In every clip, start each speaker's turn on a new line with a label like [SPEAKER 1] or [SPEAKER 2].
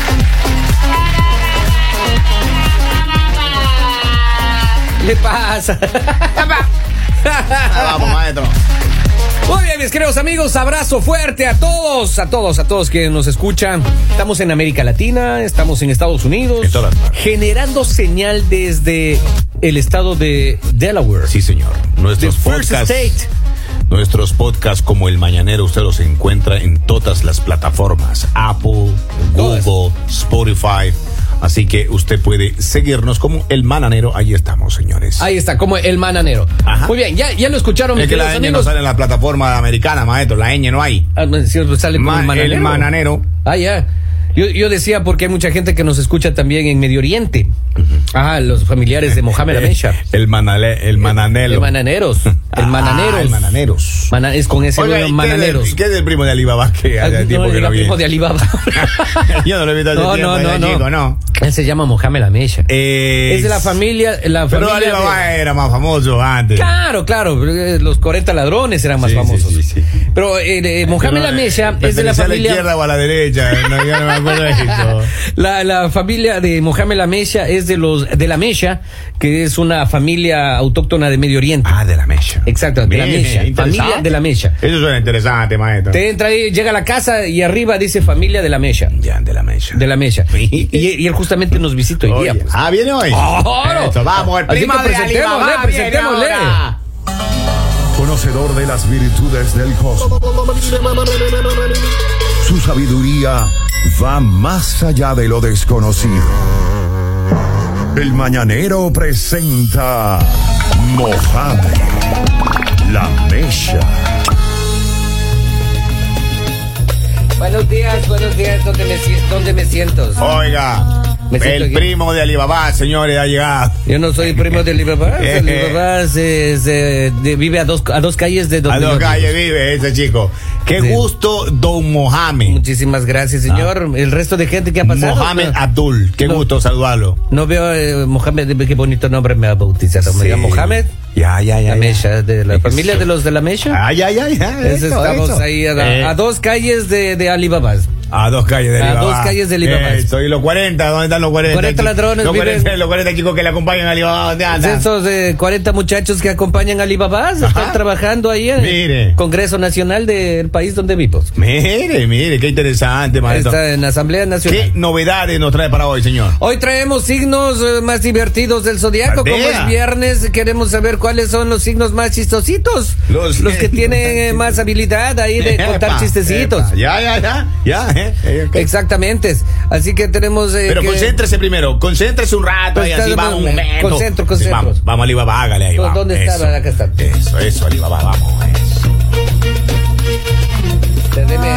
[SPEAKER 1] pasa?
[SPEAKER 2] Ah, vamos, maestro.
[SPEAKER 1] Muy bien, mis queridos amigos, abrazo fuerte a todos, a todos, a todos que nos escuchan. Estamos en América Latina, estamos en Estados Unidos,
[SPEAKER 3] En todas partes.
[SPEAKER 1] generando señal desde el estado de Delaware.
[SPEAKER 3] Sí, señor. Nuestros
[SPEAKER 1] The First
[SPEAKER 3] podcasts.
[SPEAKER 1] State.
[SPEAKER 3] Nuestros podcasts como El Mañanero, usted los encuentra en todas las plataformas: Apple,
[SPEAKER 1] Todas.
[SPEAKER 3] Google, Spotify. Así que usted puede seguirnos como El Mañanero. Ahí estamos, señores.
[SPEAKER 1] Ahí está, como el mananero.
[SPEAKER 3] Ajá.
[SPEAKER 1] Muy bien, ya, ya lo escucharon, mis
[SPEAKER 3] es que
[SPEAKER 1] queridos
[SPEAKER 3] la ñ no
[SPEAKER 1] amigos.
[SPEAKER 3] sale en la plataforma americana, maestro. La ñ no hay.
[SPEAKER 1] Ah, no, sí, sale como
[SPEAKER 3] Ma-
[SPEAKER 1] el mananero.
[SPEAKER 3] el mananero.
[SPEAKER 1] Ah, ya. Yo, yo decía porque hay mucha gente que nos escucha también en Medio Oriente. Ah, los familiares de Mohamed
[SPEAKER 3] Eh,
[SPEAKER 1] Amesha.
[SPEAKER 3] el, manale- el mananelo.
[SPEAKER 1] El mananeros. El mananeros.
[SPEAKER 3] Ah, el mananeros.
[SPEAKER 1] Mana- es con ese
[SPEAKER 3] Oiga, ¿y
[SPEAKER 1] nuevo
[SPEAKER 3] ¿qué, es
[SPEAKER 1] mananeros.
[SPEAKER 3] del, qué es del primo de Alibaba que
[SPEAKER 1] Ah,
[SPEAKER 3] hace tiempo
[SPEAKER 1] no,
[SPEAKER 3] que
[SPEAKER 1] el
[SPEAKER 3] no vi?
[SPEAKER 1] primo de Alibaba.
[SPEAKER 3] Yo no lo he visto hace
[SPEAKER 1] no,
[SPEAKER 3] tiempo,
[SPEAKER 1] no, no,
[SPEAKER 3] era
[SPEAKER 1] no.
[SPEAKER 3] chico, no.
[SPEAKER 1] Él se llama Mohamed Amesha.
[SPEAKER 3] Eh,
[SPEAKER 1] es de la familia. La
[SPEAKER 3] Pero
[SPEAKER 1] familia de-
[SPEAKER 3] Alibaba era más famoso antes.
[SPEAKER 1] Claro, claro, eh, los 40 ladrones eran más
[SPEAKER 3] Sí, sí,
[SPEAKER 1] famosos.
[SPEAKER 3] sí, sí.
[SPEAKER 1] Pero eh, eh, Mohamed
[SPEAKER 3] Pero, eh,
[SPEAKER 1] Amesha es de la
[SPEAKER 3] pertenecía
[SPEAKER 1] familia
[SPEAKER 3] a la izquierda o a la derecha. No, yo no me acuerdo de eso.
[SPEAKER 1] La, la familia de Mohamed la Mesha es de los de la Mesha, que es una familia autóctona de Medio Oriente.
[SPEAKER 3] Ah, de la mecha.
[SPEAKER 1] Exacto, de la
[SPEAKER 3] Bien,
[SPEAKER 1] mecha.
[SPEAKER 3] interesante.
[SPEAKER 1] Familia de la mecha.
[SPEAKER 3] Eso suena interesante, maestro.
[SPEAKER 1] Te entra ahí, llega a la casa y arriba dice familia de la Mesha.
[SPEAKER 3] Ya, de la mecha.
[SPEAKER 1] De la Mesha. Y, y- y él justamente nos visita hoy día.
[SPEAKER 3] Oye,
[SPEAKER 1] pues.
[SPEAKER 3] Ah, viene hoy.
[SPEAKER 1] ¡Claro!
[SPEAKER 3] Eso, vamos, el
[SPEAKER 1] Así
[SPEAKER 3] primo
[SPEAKER 1] que
[SPEAKER 3] de
[SPEAKER 1] presentémosle,
[SPEAKER 3] Alibaba. viene
[SPEAKER 1] presentémosle.
[SPEAKER 3] ahora.
[SPEAKER 4] conocedor de las virtudes del cosmos. Su sabiduría va más allá de lo desconocido. El mañanero presenta Mojave, la Mesha.
[SPEAKER 1] Buenos días, buenos días. ¿Dónde me, si- dónde me siento?
[SPEAKER 3] Oiga,
[SPEAKER 1] Me siento
[SPEAKER 3] el
[SPEAKER 1] aquí.
[SPEAKER 3] primo de Alibaba, señores, ha llegado.
[SPEAKER 1] Yo no soy primo de Alibaba.
[SPEAKER 3] Eh.
[SPEAKER 1] Alibaba se- se- de- vive a dos, a dos calles de donde
[SPEAKER 3] A dos
[SPEAKER 1] yo vivo.
[SPEAKER 3] calles vive ese chico. Qué
[SPEAKER 1] Sí.
[SPEAKER 3] gusto, don Mohamed.
[SPEAKER 1] Muchísimas gracias, señor. El resto de gente que ha pasado.
[SPEAKER 3] Ah. Mohamed ah.
[SPEAKER 1] no,
[SPEAKER 3] Abdul, qué
[SPEAKER 1] No.
[SPEAKER 3] gusto saludarlo.
[SPEAKER 1] no veo eh, Mohamed, qué bonito nombre me ha bautizado. Me
[SPEAKER 3] Sí.
[SPEAKER 1] llamo Mohamed.
[SPEAKER 3] Ya, ya, ya.
[SPEAKER 1] La Mesha, de la
[SPEAKER 3] Eso.
[SPEAKER 1] familia de los de la Mesha.
[SPEAKER 3] Ay, ay, ay, ay.
[SPEAKER 1] Entonces
[SPEAKER 3] eso,
[SPEAKER 1] estamos
[SPEAKER 3] eso.
[SPEAKER 1] ahí a, la-
[SPEAKER 3] Eh,
[SPEAKER 1] a dos calles de, de Alibaba.
[SPEAKER 3] a dos calles de
[SPEAKER 1] a
[SPEAKER 3] Alibaba.
[SPEAKER 1] dos calles de Alibaba.
[SPEAKER 3] Eso, y los 40, ¿dónde están los 40?
[SPEAKER 1] 40 ladrones
[SPEAKER 3] los 40,
[SPEAKER 1] viven-
[SPEAKER 3] los 40 chicos que le acompañan a Alibaba, ¿dónde andan?
[SPEAKER 1] Esos eh, 40 muchachos que acompañan a Alibaba están
[SPEAKER 3] Ajá.
[SPEAKER 1] trabajando ahí en
[SPEAKER 3] Mire.
[SPEAKER 1] el Congreso Nacional del país donde vivo.
[SPEAKER 3] Mire, mire, qué interesante, maestro.
[SPEAKER 1] Está en la Asamblea Nacional.
[SPEAKER 3] ¿Qué novedades nos trae para hoy, señor?
[SPEAKER 1] Hoy traemos signos eh, más divertidos del zodiaco. Como
[SPEAKER 3] Vea.
[SPEAKER 1] es viernes, queremos saber cuáles son los signos más chistositos.
[SPEAKER 3] Los-
[SPEAKER 1] Los, que tienen eh, más habilidad ahí de contar
[SPEAKER 3] Epa,
[SPEAKER 1] chistecitos.
[SPEAKER 3] epa, Ya, ya, ya. Ya, eh, eh, ok.
[SPEAKER 1] Exactamente. Así que tenemos. eh,
[SPEAKER 3] Pero
[SPEAKER 1] que- Pues
[SPEAKER 3] concéntrese primero, concéntrese un rato y así
[SPEAKER 1] Concéntrame,
[SPEAKER 3] vamos un momento.
[SPEAKER 1] concentro, concentro.
[SPEAKER 3] Vamos, vamos Alibaba, hágale ahí.
[SPEAKER 1] ¿Dó-
[SPEAKER 3] Vamos,
[SPEAKER 1] dónde está?
[SPEAKER 3] eso.
[SPEAKER 1] Acá está.
[SPEAKER 3] Eso, eso, Alibaba, vamos. Eso.
[SPEAKER 1] Deme,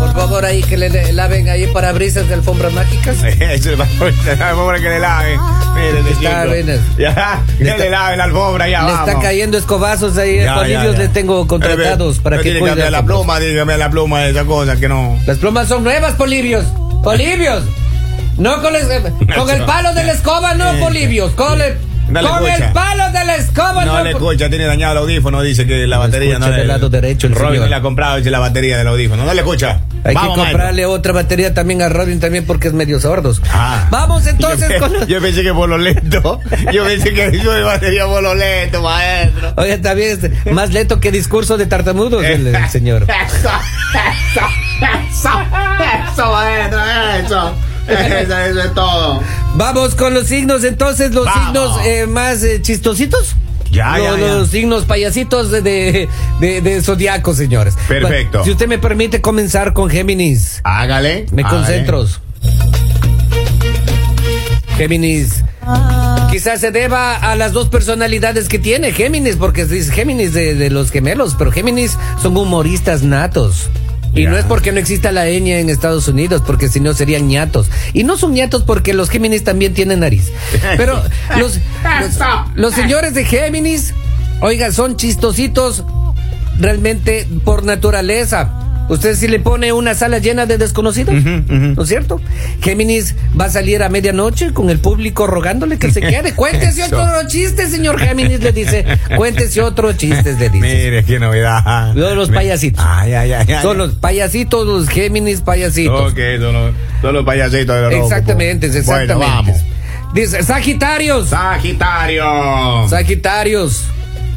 [SPEAKER 1] por favor, ahí que le- le laven ahí parabrisas de alfombras mágicas.
[SPEAKER 3] Eso le va a pobre que le laven. Miren,
[SPEAKER 1] Está,
[SPEAKER 3] chico.
[SPEAKER 1] ven,
[SPEAKER 3] Ya, que
[SPEAKER 1] le
[SPEAKER 3] le
[SPEAKER 1] está-
[SPEAKER 3] laven la alfombra, ya
[SPEAKER 1] le
[SPEAKER 3] vamos.
[SPEAKER 1] está cayendo escobazos ahí.
[SPEAKER 3] Ya,
[SPEAKER 1] Estos
[SPEAKER 3] ya,
[SPEAKER 1] niños
[SPEAKER 3] ya.
[SPEAKER 1] le tengo contratados
[SPEAKER 3] Eh,
[SPEAKER 1] para
[SPEAKER 3] no
[SPEAKER 1] que
[SPEAKER 3] tiene
[SPEAKER 1] cuiden
[SPEAKER 3] cambiar la
[SPEAKER 1] alfombras.
[SPEAKER 3] pluma, tiene que cambiar la pluma de esa cosa que no.
[SPEAKER 1] Las plumas son nuevas, Polibios. Polibios. No con, les- con el palo de la escoba, no, Polibios. Con el,
[SPEAKER 3] No le
[SPEAKER 1] con
[SPEAKER 3] escucha.
[SPEAKER 1] el palo de la escoba, no.
[SPEAKER 3] No le escucha, tiene dañado el audífono, dice que la
[SPEAKER 1] No
[SPEAKER 3] batería no
[SPEAKER 1] escucha
[SPEAKER 3] le.
[SPEAKER 1] del lado derecho el
[SPEAKER 3] Robin
[SPEAKER 1] señor.
[SPEAKER 3] me la ha comprado, dice la batería del audífono. No le escucha.
[SPEAKER 1] Hay
[SPEAKER 3] Vamos,
[SPEAKER 1] que
[SPEAKER 3] maestro.
[SPEAKER 1] comprarle otra batería también a Robin también porque es medio sordos.
[SPEAKER 3] Ah.
[SPEAKER 1] Vamos entonces
[SPEAKER 3] yo,
[SPEAKER 1] con...
[SPEAKER 3] yo pensé que por lo lento. Yo pensé que yo me batería por lo lento, maestro.
[SPEAKER 1] Oye, también es más lento que discurso de tartamudos el,
[SPEAKER 3] Eh.
[SPEAKER 1] el señor.
[SPEAKER 3] Eso, eso, eso, eso, maestro, eso. Eso, eso es todo.
[SPEAKER 1] Vamos con los signos entonces, los
[SPEAKER 3] Vamos.
[SPEAKER 1] signos eh, más eh, chistositos.
[SPEAKER 3] Ya,
[SPEAKER 1] los,
[SPEAKER 3] ya, ya.
[SPEAKER 1] los signos payasitos de, de, de- de zodiaco, señores.
[SPEAKER 3] Perfecto.
[SPEAKER 1] Bueno, Si usted me permite comenzar con Géminis.
[SPEAKER 3] Hágale.
[SPEAKER 1] Me
[SPEAKER 3] hágale.
[SPEAKER 1] concentro. Géminis. Quizás se deba a las dos personalidades que tiene Géminis, porque es Géminis de, de los gemelos, pero Géminis son humoristas natos. Y
[SPEAKER 3] Ya.
[SPEAKER 1] no es porque no exista la ñ en Estados Unidos, porque si no serían ñatos. Y no son ñatos porque los Géminis también tienen nariz. Pero los, los, los señores de Géminis, oiga, son chistositos realmente por naturaleza. Usted si le pone una sala llena de desconocidos, ¿no es cierto? Géminis va a salir a medianoche con el público rogándole que se quede. Cuéntese
[SPEAKER 3] Eso.
[SPEAKER 1] otro chiste, señor Géminis, le dice. Cuéntese otro chiste, le dice.
[SPEAKER 3] Mire, qué novedad.
[SPEAKER 1] Los- los
[SPEAKER 3] Me-
[SPEAKER 1] payasitos.
[SPEAKER 3] Ay, ay, ay. ay.
[SPEAKER 1] Son los payasitos, los Géminis payasitos.
[SPEAKER 3] Ok, son los, son los payasitos de los
[SPEAKER 1] Exactamente,
[SPEAKER 3] Robocop.
[SPEAKER 1] exactamente.
[SPEAKER 3] Bueno, vamos.
[SPEAKER 1] Dice, Sagitarios.
[SPEAKER 3] Sagitario.
[SPEAKER 1] Sagitarios.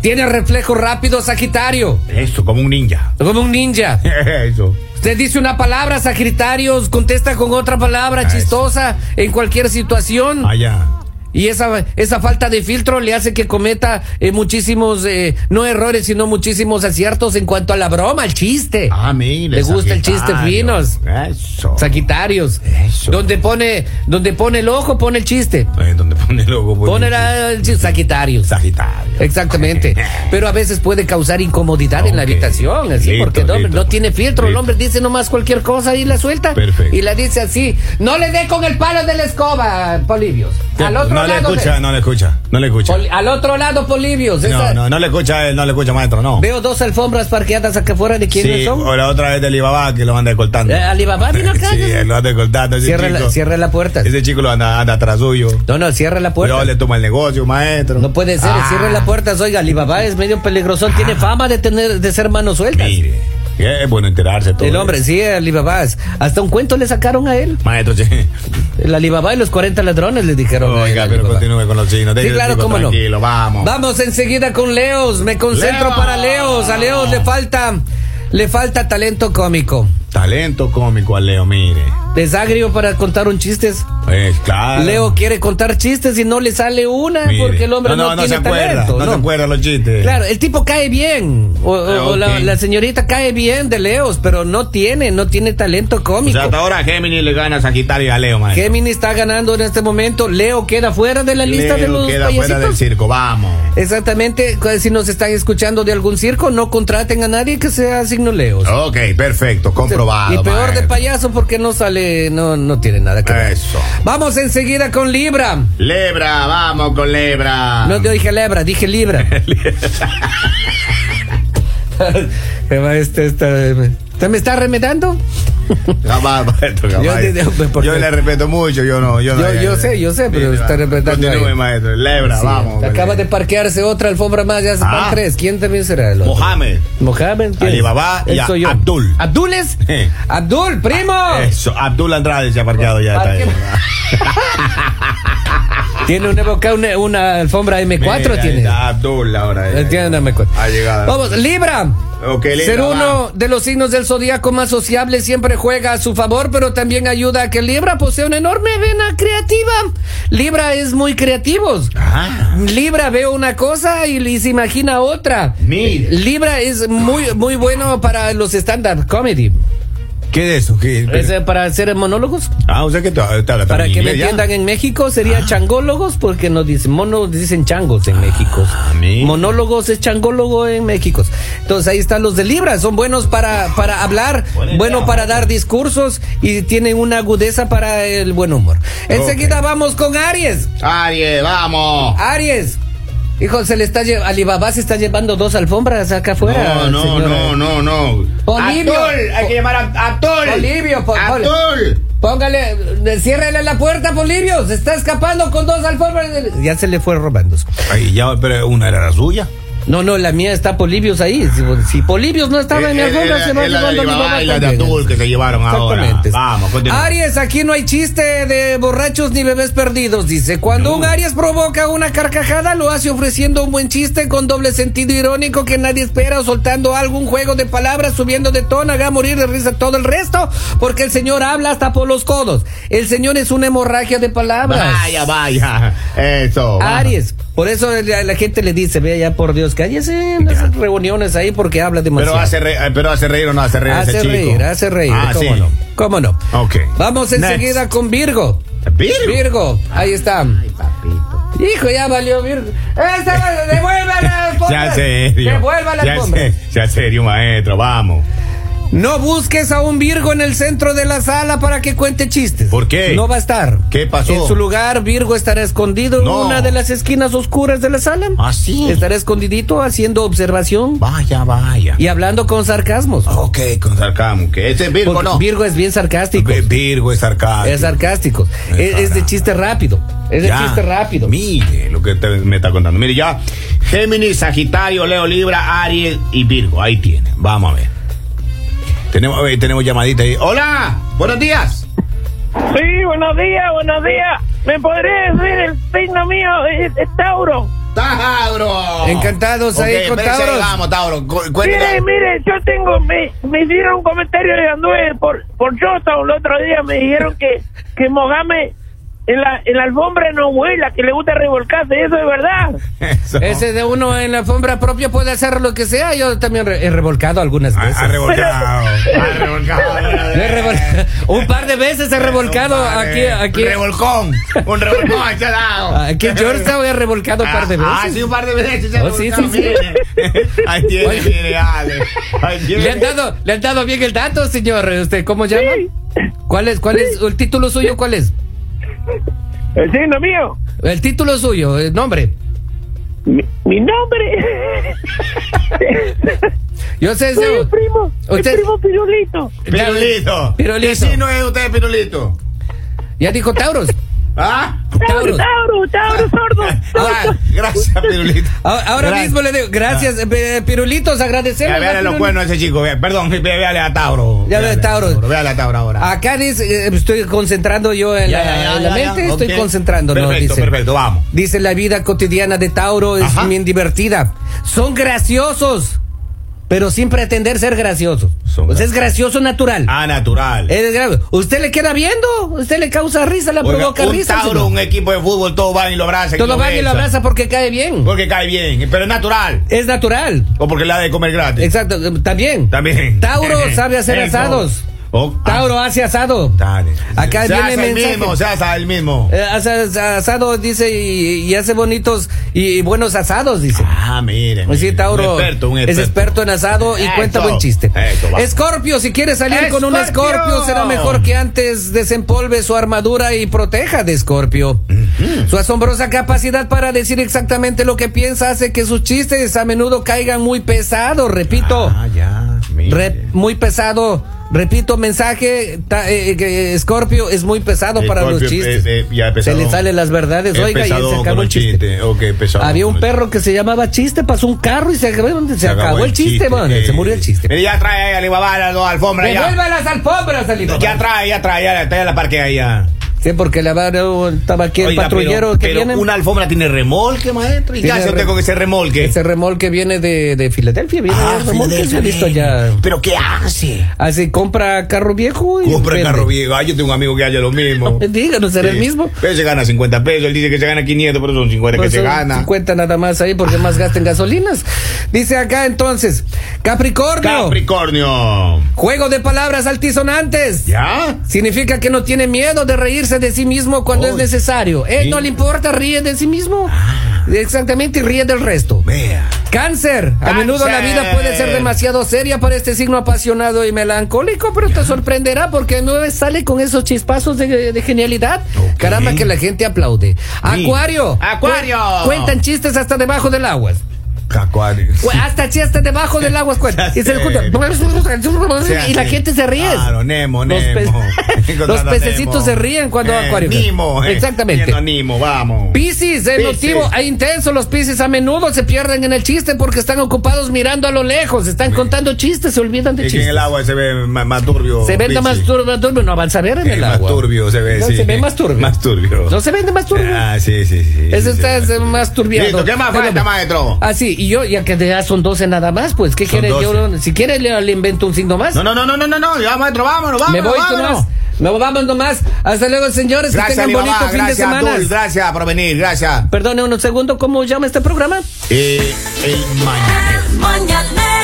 [SPEAKER 1] Tiene reflejo rápido, Sagitario.
[SPEAKER 3] Eso, como un ninja.
[SPEAKER 1] Como un ninja.
[SPEAKER 3] Eso.
[SPEAKER 1] Usted dice una palabra, Sagitarios, contesta con otra palabra
[SPEAKER 3] Ah, eso.
[SPEAKER 1] chistosa en cualquier situación.
[SPEAKER 3] Allá.
[SPEAKER 1] Y esa, esa falta de filtro le hace que cometa eh, muchísimos, eh, no errores, sino muchísimos aciertos en cuanto a la broma, al chiste.
[SPEAKER 3] Ah, mire.
[SPEAKER 1] Le gusta el chiste
[SPEAKER 3] Sagitario.
[SPEAKER 1] finos.
[SPEAKER 3] Eso.
[SPEAKER 1] Sagitarios.
[SPEAKER 3] Eso.
[SPEAKER 1] Donde pone, donde pone el ojo, pone el chiste.
[SPEAKER 3] Eh, ¿Dónde pone el logo? Pone
[SPEAKER 1] Pone
[SPEAKER 3] el
[SPEAKER 1] la- el chiste. Sagitarios.
[SPEAKER 3] Sagitario.
[SPEAKER 1] Exactamente. Pero a veces puede causar incomodidad en la
[SPEAKER 3] Ok.
[SPEAKER 1] habitación, así,
[SPEAKER 3] Listo,
[SPEAKER 1] porque el hombre
[SPEAKER 3] listo.
[SPEAKER 1] no tiene filtro. El
[SPEAKER 3] Listo.
[SPEAKER 1] hombre dice nomás cualquier cosa y la suelta.
[SPEAKER 3] Perfecto.
[SPEAKER 1] Y la dice así: No le dé con el palo de la escoba, Polibios. Al otro
[SPEAKER 3] no le
[SPEAKER 1] lado.
[SPEAKER 3] escucha,
[SPEAKER 1] de-
[SPEAKER 3] no le escucha, no le escucha.
[SPEAKER 1] Pol- al otro lado, Polibios. Esa-
[SPEAKER 3] No, no, no le escucha a él, no le escucha, maestro, no.
[SPEAKER 1] Veo dos alfombras parqueadas acá afuera de quiénes
[SPEAKER 3] Sí,
[SPEAKER 1] son.
[SPEAKER 3] o la otra vez de Alibaba que lo anda escoltando.
[SPEAKER 1] Eh, Alibaba vino acá.
[SPEAKER 3] Sí, él lo anda escoltando. Ese
[SPEAKER 1] Cierra la,
[SPEAKER 3] chico,
[SPEAKER 1] cierra la puerta.
[SPEAKER 3] Ese chico lo anda, anda atrás suyo.
[SPEAKER 1] No, no, cierra la puerta.
[SPEAKER 3] Luego le toma el negocio, maestro.
[SPEAKER 1] No puede ser,
[SPEAKER 3] Ah,
[SPEAKER 1] cierra la puerta. Oiga, Alibaba es medio peligroso. Tiene fama de tener de ser manos sueltas.
[SPEAKER 3] Mire, que es bueno enterarse todo.
[SPEAKER 1] El hombre,
[SPEAKER 3] eso.
[SPEAKER 1] sí, Alibaba. Hasta un cuento le sacaron a él.
[SPEAKER 3] Maestro, sí.
[SPEAKER 1] El Alibaba y los 40 ladrones le dijeron. a él,
[SPEAKER 3] Oiga, pero
[SPEAKER 1] Alibaba.
[SPEAKER 3] continúe con los chinos.
[SPEAKER 1] Sí,
[SPEAKER 3] déjelo,
[SPEAKER 1] claro,
[SPEAKER 3] chico,
[SPEAKER 1] cómo no.
[SPEAKER 3] Tranquilo, vamos.
[SPEAKER 1] Vamos enseguida con Leos. Me concentro
[SPEAKER 3] Leo.
[SPEAKER 1] para Leos. A Leos le falta, le falta talento cómico.
[SPEAKER 3] Talento cómico al Leo, mire.
[SPEAKER 1] Desagrio para contar un chistes.
[SPEAKER 3] Pues, claro.
[SPEAKER 1] Leo quiere contar chistes y no le sale una
[SPEAKER 3] Mire.
[SPEAKER 1] porque el hombre no, tiene
[SPEAKER 3] se acuerda,
[SPEAKER 1] talento.
[SPEAKER 3] No,
[SPEAKER 1] ¿no?
[SPEAKER 3] se acuerda los chistes.
[SPEAKER 1] Claro, el tipo cae bien, o, o-
[SPEAKER 3] Ah,
[SPEAKER 1] o la,
[SPEAKER 3] ok.
[SPEAKER 1] la señorita cae bien de Leos, pero no tiene, no tiene talento
[SPEAKER 3] O
[SPEAKER 1] cómico.
[SPEAKER 3] sea, hasta ahora Géminis le gana a Sagitario y a Leo, maestro.
[SPEAKER 1] Gemini está ganando en este momento, Leo queda fuera de la lista de
[SPEAKER 3] Leo
[SPEAKER 1] los
[SPEAKER 3] queda fuera del
[SPEAKER 1] payasitos.
[SPEAKER 3] circo, vamos.
[SPEAKER 1] Exactamente, pues, si nos están escuchando de algún circo, no contraten a nadie que sea signo Leos.
[SPEAKER 3] Ok, perfecto, Oh, comprobado.
[SPEAKER 1] y peor de
[SPEAKER 3] maestro.
[SPEAKER 1] payaso porque no sale, no, no tiene nada que ver.
[SPEAKER 3] Eso.
[SPEAKER 1] Vamos enseguida con Libra.
[SPEAKER 3] Lebra, vamos con Lebra.
[SPEAKER 1] No te dije Lebra, dije Libra. ¿Qué va este, esta- ¿Usted me está remedando?
[SPEAKER 3] Jamás, maestro, jamás.
[SPEAKER 1] Yo
[SPEAKER 3] Yo,
[SPEAKER 1] te digo, pues, porque-
[SPEAKER 3] le respeto mucho, yo no. Yo, no-
[SPEAKER 1] Yo- yo sé, yo sé, pero
[SPEAKER 3] Sí,
[SPEAKER 1] está
[SPEAKER 3] va.
[SPEAKER 1] respetando
[SPEAKER 3] Continúe,
[SPEAKER 1] ahí.
[SPEAKER 3] maestro. Lebra,
[SPEAKER 1] Sí,
[SPEAKER 3] vamos. pues, eh.
[SPEAKER 1] Acaba de parquearse otra alfombra más, ya se
[SPEAKER 3] Ah.
[SPEAKER 1] van tres. ¿Quién también será el otro?
[SPEAKER 3] Mohamed.
[SPEAKER 1] Mohamed. ¿quién?
[SPEAKER 3] Alibaba y
[SPEAKER 1] Él
[SPEAKER 3] a-
[SPEAKER 1] soy yo.
[SPEAKER 3] Abdul.
[SPEAKER 1] ¿Abdul es?
[SPEAKER 3] Sí. Ah,
[SPEAKER 1] Abdul, primo.
[SPEAKER 3] Eso, Abdul Andrade se ha parqueado ya. Está ahí.
[SPEAKER 1] Parque- Tiene un evoca- una, una alfombra M4
[SPEAKER 3] Mira,
[SPEAKER 1] tiene.
[SPEAKER 3] está Abdul ahora. eh. ya, ya.
[SPEAKER 1] Tiene una M4.
[SPEAKER 3] Ha llegado.
[SPEAKER 1] Vamos, Libra.
[SPEAKER 3] Ok, Libra,
[SPEAKER 1] Ser
[SPEAKER 3] va.
[SPEAKER 1] uno de los signos del zodiaco más sociable siempre juega a su favor, pero también ayuda a que Libra posea una enorme vena creativa. Libra es muy creativos.
[SPEAKER 3] Ah,
[SPEAKER 1] Libra ve una cosa y, y se imagina otra.
[SPEAKER 3] Mira.
[SPEAKER 1] Libra es muy muy bueno para los stand-up comedy.
[SPEAKER 3] ¿Qué de eso? ¿Qué?
[SPEAKER 1] Es, eh, para hacer monólogos.
[SPEAKER 3] Ah, o sea que tú tú hablas
[SPEAKER 1] Para
[SPEAKER 3] también Ah.
[SPEAKER 1] que me
[SPEAKER 3] inglés, ya.
[SPEAKER 1] entiendan, en México sería changólogos porque nos dicen monos, dicen changos en México.
[SPEAKER 3] Ah, mira.
[SPEAKER 1] Monólogos es changólogo en México. Entonces ahí están los de Libra, son buenos para, para hablar,
[SPEAKER 3] Buena
[SPEAKER 1] bueno
[SPEAKER 3] idea.
[SPEAKER 1] para dar discursos y tienen una agudeza para el buen humor. Enseguida vamos con Aries.
[SPEAKER 3] Aries, vamos.
[SPEAKER 1] Aries. Hijo, se le está llevando, Alibaba se está llevando dos alfombras acá afuera.
[SPEAKER 3] No, no,
[SPEAKER 1] señora.
[SPEAKER 3] no, no, no.
[SPEAKER 1] Bolivio.
[SPEAKER 3] Atul, hay que llamar a Atul.
[SPEAKER 1] Bolivio, por favor.
[SPEAKER 3] Atul.
[SPEAKER 1] Póngale, eh, ciérrele la puerta, Polibio. Se está escapando con dos alfombras. Ya se le fue robando.
[SPEAKER 3] Ay, ya, pero una era la suya.
[SPEAKER 1] No, no, la mía está Polibios ahí. Si, si Polibios no estaba en mi
[SPEAKER 3] Eh,
[SPEAKER 1] alfombra,
[SPEAKER 3] eh,
[SPEAKER 1] se va
[SPEAKER 3] eh, la de
[SPEAKER 1] llevando a mi
[SPEAKER 3] Alibaba
[SPEAKER 1] mamá
[SPEAKER 3] y la de
[SPEAKER 1] también.
[SPEAKER 3] Atul que se llevaron ahora.
[SPEAKER 1] Exactamente.
[SPEAKER 3] Vamos, continúa.
[SPEAKER 1] Aries, aquí no hay chiste de borrachos ni bebés perdidos, dice. Cuando un Aries provoca una carcajada, lo hace ofreciendo un buen chiste con doble sentido irónico que nadie espera o soltando algún juego de palabras, subiendo de tono, haga morir de risa todo el resto, porque el señor habla hasta por los codos. El señor es una hemorragia de palabras.
[SPEAKER 3] Vaya, vaya. Eso. vamos.
[SPEAKER 1] Aries, por eso la, la gente le dice, vea ya por Dios, cállese en esas reuniones ahí porque habla demasiado.
[SPEAKER 3] Pero hace, re- eh, pero hace reír o no hace reír
[SPEAKER 1] Hace
[SPEAKER 3] ese chico.
[SPEAKER 1] reír, hace reír,
[SPEAKER 3] Ah,
[SPEAKER 1] cómo
[SPEAKER 3] sí.
[SPEAKER 1] no, cómo no.
[SPEAKER 3] Ok.
[SPEAKER 1] Vamos
[SPEAKER 3] Next.
[SPEAKER 1] enseguida con Virgo.
[SPEAKER 3] Virgo.
[SPEAKER 1] Virgo, ahí está.
[SPEAKER 3] Ay, papito.
[SPEAKER 1] Hijo, ya valió Virgo. Esta va- devuelva la alfombra.
[SPEAKER 3] Ya serio.
[SPEAKER 1] Devuelva la
[SPEAKER 3] ya,
[SPEAKER 1] alfombra.
[SPEAKER 3] se- ya serio, maestro. Vamos.
[SPEAKER 1] No busques a un Virgo en el centro de la sala para que cuente chistes.
[SPEAKER 3] ¿Por qué?
[SPEAKER 1] No va a estar.
[SPEAKER 3] ¿Qué pasó?
[SPEAKER 1] En su lugar, Virgo estará escondido en
[SPEAKER 3] No.
[SPEAKER 1] una de las esquinas oscuras de la sala.
[SPEAKER 3] ¿Ah, sí?
[SPEAKER 1] Estará escondidito haciendo observación
[SPEAKER 3] Vaya, vaya.
[SPEAKER 1] y hablando con sarcasmos.
[SPEAKER 3] Ok, con sarcasmo. Que ese es Virgo,
[SPEAKER 1] Porque
[SPEAKER 3] Ah, no.
[SPEAKER 1] Virgo es bien sarcástico.
[SPEAKER 3] Ve- Virgo es sarcasmo.
[SPEAKER 1] Es sarcástico.
[SPEAKER 3] Es
[SPEAKER 1] Es, es de
[SPEAKER 3] sarcástico.
[SPEAKER 1] chiste rápido. Es de
[SPEAKER 3] Ya.
[SPEAKER 1] chiste rápido.
[SPEAKER 3] Mire lo que usted me está contando. Mire, ya. Géminis, Sagitario, Leo, Libra, Aries y Virgo. Ahí tiene. Vamos a ver. Tenemos, a ver, tenemos llamadita ahí. Hola, buenos días.
[SPEAKER 2] Sí, buenos días, buenos días. ¿Me podría decir el signo mío? Es, es Tauro.
[SPEAKER 3] ¡Tauro!
[SPEAKER 1] Encantados ahí
[SPEAKER 3] Ok,
[SPEAKER 1] con
[SPEAKER 3] espérese,
[SPEAKER 1] Tauros.
[SPEAKER 3] Vamos, Tauro. cu- cuéntela.
[SPEAKER 2] Mire, mire, yo tengo, me, me hicieron un comentario de Andúe por, por Johnstown el otro día, me dijeron que, que Mogame en la, en la alfombra no huela, que le gusta revolcarse, eso es verdad.
[SPEAKER 3] Eso.
[SPEAKER 1] Ese de uno en la alfombra propia puede hacer lo que sea. Yo también re- he revolcado algunas
[SPEAKER 3] Ha,
[SPEAKER 1] veces.
[SPEAKER 3] ha revolcado. Ha revolcado.
[SPEAKER 1] Yo he revol- un par de veces he revolcado aquí, aquí,
[SPEAKER 3] Revolcón. Un revolcón. este ahí está dado.
[SPEAKER 1] aquí en Georgetown he revolcado un par de veces.
[SPEAKER 3] Ah, sí, un par de veces. se ha
[SPEAKER 1] Oh, sí,
[SPEAKER 3] revolcado,
[SPEAKER 1] sí, sí.
[SPEAKER 3] mire. Ahí tiene,
[SPEAKER 1] Oye.
[SPEAKER 3] mire, Ale. Ahí tiene.
[SPEAKER 1] ¿Le han, dado, ¿Le han dado bien el dato, señor? ¿Usted cómo llama? ¿Cuál es, cuál es el título suyo? ¿Cuál es?
[SPEAKER 2] El signo mío,
[SPEAKER 1] El título suyo, el nombre.
[SPEAKER 2] mi, mi nombre,
[SPEAKER 1] Yo sé
[SPEAKER 2] soy
[SPEAKER 1] eso.
[SPEAKER 2] el primo,
[SPEAKER 1] Usted-
[SPEAKER 2] el primo pirulito.
[SPEAKER 3] Pirulito.
[SPEAKER 1] Pirulito.
[SPEAKER 3] ¿Y si no es usted pirulito?
[SPEAKER 1] Ya dijo Tauros.
[SPEAKER 3] ¿Ah?
[SPEAKER 1] Tauros.
[SPEAKER 2] Tauro, Tauro, Tauro sordo.
[SPEAKER 3] Ah, gracias, Pirulito.
[SPEAKER 1] A- Ahora
[SPEAKER 3] Gracias. Ah.
[SPEAKER 1] mismo le digo, gracias, eh, Pirulitos, agradecemos.
[SPEAKER 3] Ya, véale
[SPEAKER 1] a
[SPEAKER 3] los
[SPEAKER 1] Pirul-
[SPEAKER 3] cuernos a ese chico. vea, perdón, ve- véale a Tauro.
[SPEAKER 1] Ya ve a Tauro.
[SPEAKER 3] Véale a Tauro ahora.
[SPEAKER 1] Acá dice, eh, estoy concentrando yo en
[SPEAKER 3] Ya,
[SPEAKER 1] la,
[SPEAKER 3] ya, ya,
[SPEAKER 1] en la
[SPEAKER 3] ya, ya,
[SPEAKER 1] mente, estoy
[SPEAKER 3] ok.
[SPEAKER 1] concentrando, ¿no?
[SPEAKER 3] Perfecto,
[SPEAKER 1] Dice.
[SPEAKER 3] perfecto, vamos.
[SPEAKER 1] Dice, la vida cotidiana de Tauro es
[SPEAKER 3] Ajá.
[SPEAKER 1] bien divertida. Son graciosos, pero sin pretender ser graciosos.
[SPEAKER 3] Son
[SPEAKER 1] Pues
[SPEAKER 3] gra-
[SPEAKER 1] es gracioso natural.
[SPEAKER 3] Ah, natural.
[SPEAKER 1] Es grave. Usted le queda viendo, usted le causa risa, le
[SPEAKER 3] Oiga,
[SPEAKER 1] provoca
[SPEAKER 3] un
[SPEAKER 1] risa.
[SPEAKER 3] Tauro,
[SPEAKER 1] señor.
[SPEAKER 3] un equipo de fútbol, todos van y lo abrazan.
[SPEAKER 1] Todo va y lo
[SPEAKER 3] besan.
[SPEAKER 1] abraza porque cae bien.
[SPEAKER 3] Porque cae bien, pero es natural.
[SPEAKER 1] Es natural.
[SPEAKER 3] O porque le da de comer gratis.
[SPEAKER 1] Exacto, eh, también.
[SPEAKER 3] También.
[SPEAKER 1] Tauro sabe hacer
[SPEAKER 3] Eso. Oh.
[SPEAKER 1] asados.
[SPEAKER 3] O-
[SPEAKER 1] Tauro hace asado.
[SPEAKER 3] Dale.
[SPEAKER 1] Acá
[SPEAKER 3] se
[SPEAKER 1] viene
[SPEAKER 3] hace el
[SPEAKER 1] mensaje.
[SPEAKER 3] mismo, se hace el mismo.
[SPEAKER 1] Eh, hace as- asado, dice, y, y hace bonitos y, y buenos asados, dice.
[SPEAKER 3] Ah, miren.
[SPEAKER 1] Así Pues
[SPEAKER 3] miren,
[SPEAKER 1] Tauro
[SPEAKER 3] un experto, un
[SPEAKER 1] es experto en asado y
[SPEAKER 3] Eso.
[SPEAKER 1] cuenta buen chiste.
[SPEAKER 3] Eso, va.
[SPEAKER 1] Escorpio, si quiere salir con un
[SPEAKER 3] ¡Escorpio!
[SPEAKER 1] escorpio, será mejor que antes desempolve su armadura y proteja de escorpio. Su asombrosa capacidad para decir exactamente lo que piensa hace que sus chistes a menudo caigan muy pesados, repito.
[SPEAKER 3] Ah, ya. mire.
[SPEAKER 1] Re- muy pesado. Repito, mensaje, ta- eh, que Scorpio es muy pesado para los
[SPEAKER 3] Scorpio,
[SPEAKER 1] chistes.
[SPEAKER 3] eh, eh, ya,
[SPEAKER 1] se
[SPEAKER 3] pesadón.
[SPEAKER 1] le salen las verdades,
[SPEAKER 3] Es
[SPEAKER 1] pues, oiga, y se
[SPEAKER 3] pesadón
[SPEAKER 1] acabó
[SPEAKER 3] con
[SPEAKER 1] el
[SPEAKER 3] los
[SPEAKER 1] chiste.
[SPEAKER 3] chistes, ok, pesadón
[SPEAKER 1] Había un
[SPEAKER 3] con los
[SPEAKER 1] perro que se llamaba chiste, pasó un carro y se acabó, se acabó el chiste, man,
[SPEAKER 3] eh.
[SPEAKER 1] se murió el chiste.
[SPEAKER 3] Mire, ya trae ahí a Alibaba las dos alfombras. Ya.
[SPEAKER 1] ¡Devuelva las alfombras, al hijo!
[SPEAKER 3] ya trae, ya trae, ya, ya la parquea ya.
[SPEAKER 1] Sí, porque la va- no, estaba aquí el
[SPEAKER 3] Oiga,
[SPEAKER 1] patrullero
[SPEAKER 3] pero,
[SPEAKER 1] que
[SPEAKER 3] pero
[SPEAKER 1] viene.
[SPEAKER 3] una alfombra tiene remolque, maestro. ¿Y qué
[SPEAKER 1] Tiene
[SPEAKER 3] hace usted
[SPEAKER 1] re-
[SPEAKER 3] con ese remolque?
[SPEAKER 1] Ese remolque viene de, de Filadelfia, viene
[SPEAKER 3] Ah,
[SPEAKER 1] de remolque,
[SPEAKER 3] Filadelfia,
[SPEAKER 1] se ha visto
[SPEAKER 3] bien.
[SPEAKER 1] allá.
[SPEAKER 3] ¿Pero qué hace?
[SPEAKER 1] Así compra carro viejo y.
[SPEAKER 3] Compra el
[SPEAKER 1] vende.
[SPEAKER 3] carro viejo. Ah, yo tengo un amigo que haya lo mismo.
[SPEAKER 1] Díganos, será el
[SPEAKER 3] Sí.
[SPEAKER 1] mismo.
[SPEAKER 3] Pero se gana 50 pesos. Él dice que se gana 500, pero son 50
[SPEAKER 1] Pues
[SPEAKER 3] que se
[SPEAKER 1] son
[SPEAKER 3] gana.
[SPEAKER 1] 50 nada más ahí porque más gasten gasolinas. Dice acá entonces, Capricornio,
[SPEAKER 3] Capricornio.
[SPEAKER 1] juego de palabras altisonantes.
[SPEAKER 3] ¿Ya?
[SPEAKER 1] Significa que no tiene miedo de reírse de sí mismo cuando
[SPEAKER 3] Uy,
[SPEAKER 1] es necesario. Él
[SPEAKER 3] sí.
[SPEAKER 1] no le importa, ríe de sí mismo.
[SPEAKER 3] Ah.
[SPEAKER 1] Exactamente, y ríe del resto.
[SPEAKER 3] Vea.
[SPEAKER 1] Cáncer. A
[SPEAKER 3] Cáncer.
[SPEAKER 1] menudo la vida puede ser demasiado seria para este signo apasionado y melancólico, pero te sorprenderá porque no sale con esos chispazos de, de genialidad.
[SPEAKER 3] Ok.
[SPEAKER 1] Caramba, que la gente aplaude. Acuario.
[SPEAKER 3] Acuario.
[SPEAKER 1] Cu- Cuentan chistes hasta debajo del agua.
[SPEAKER 3] Cacuario.
[SPEAKER 1] Cu- Hasta chistes debajo del agua. cuentan. Y se escucha.
[SPEAKER 3] Se hace-
[SPEAKER 1] Y la gente se ríe.
[SPEAKER 3] Claro, Nemo,
[SPEAKER 1] Los, pe-
[SPEAKER 3] Nemo.
[SPEAKER 1] los
[SPEAKER 3] Encontrando a
[SPEAKER 1] pececitos
[SPEAKER 3] Nemo.
[SPEAKER 1] se ríen cuando
[SPEAKER 3] Eh,
[SPEAKER 1] Acuario.
[SPEAKER 3] Nimo, eh,
[SPEAKER 1] Exactamente.
[SPEAKER 3] viendo a Nimo, vamos.
[SPEAKER 1] Piscis, el
[SPEAKER 3] Piscis.
[SPEAKER 1] motivo e intenso. Los Piscis a menudo se pierden en el chiste porque están ocupados mirando a lo lejos. Están contando chistes, se olvidan de
[SPEAKER 3] Es que
[SPEAKER 1] chistes.
[SPEAKER 3] en el agua se ve más, más turbio.
[SPEAKER 1] se vende
[SPEAKER 3] Pichi.
[SPEAKER 1] más turbio, turbio, no van a ver en
[SPEAKER 3] Eh,
[SPEAKER 1] el
[SPEAKER 3] más
[SPEAKER 1] agua.
[SPEAKER 3] turbio se ve,
[SPEAKER 1] No,
[SPEAKER 3] sí.
[SPEAKER 1] Se ve más turbio.
[SPEAKER 3] Más turbio.
[SPEAKER 1] No se vende más turbio.
[SPEAKER 3] Ah, sí, sí, sí.
[SPEAKER 1] Ese
[SPEAKER 3] Sí,
[SPEAKER 1] está
[SPEAKER 3] sí,
[SPEAKER 1] es más turbiado.
[SPEAKER 3] Listo, ¿qué más
[SPEAKER 1] Pero-
[SPEAKER 3] falta, maestro?
[SPEAKER 1] Ah, sí, y yo, ya que ya son 12 nada más, pues, ¿qué
[SPEAKER 3] Son
[SPEAKER 1] quiere? Yo,
[SPEAKER 3] 12.
[SPEAKER 1] si quiere, le, le invento un signo más.
[SPEAKER 3] No, no, no, no, no, no, no. Ya, maestro, vámonos, vámonos.
[SPEAKER 1] Me voy
[SPEAKER 3] vámonos.
[SPEAKER 1] nomás. Me voy, vamos nomás. Hasta luego, señores.
[SPEAKER 3] Gracias,
[SPEAKER 1] que tengan
[SPEAKER 3] mi
[SPEAKER 1] bonito
[SPEAKER 3] mamá,
[SPEAKER 1] fin
[SPEAKER 3] gracias,
[SPEAKER 1] de semana.
[SPEAKER 3] Dul, gracias por venir, gracias.
[SPEAKER 1] Perdone un segundo, ¿cómo llama este programa?
[SPEAKER 3] Eh, el mañanero.
[SPEAKER 5] El mañanero.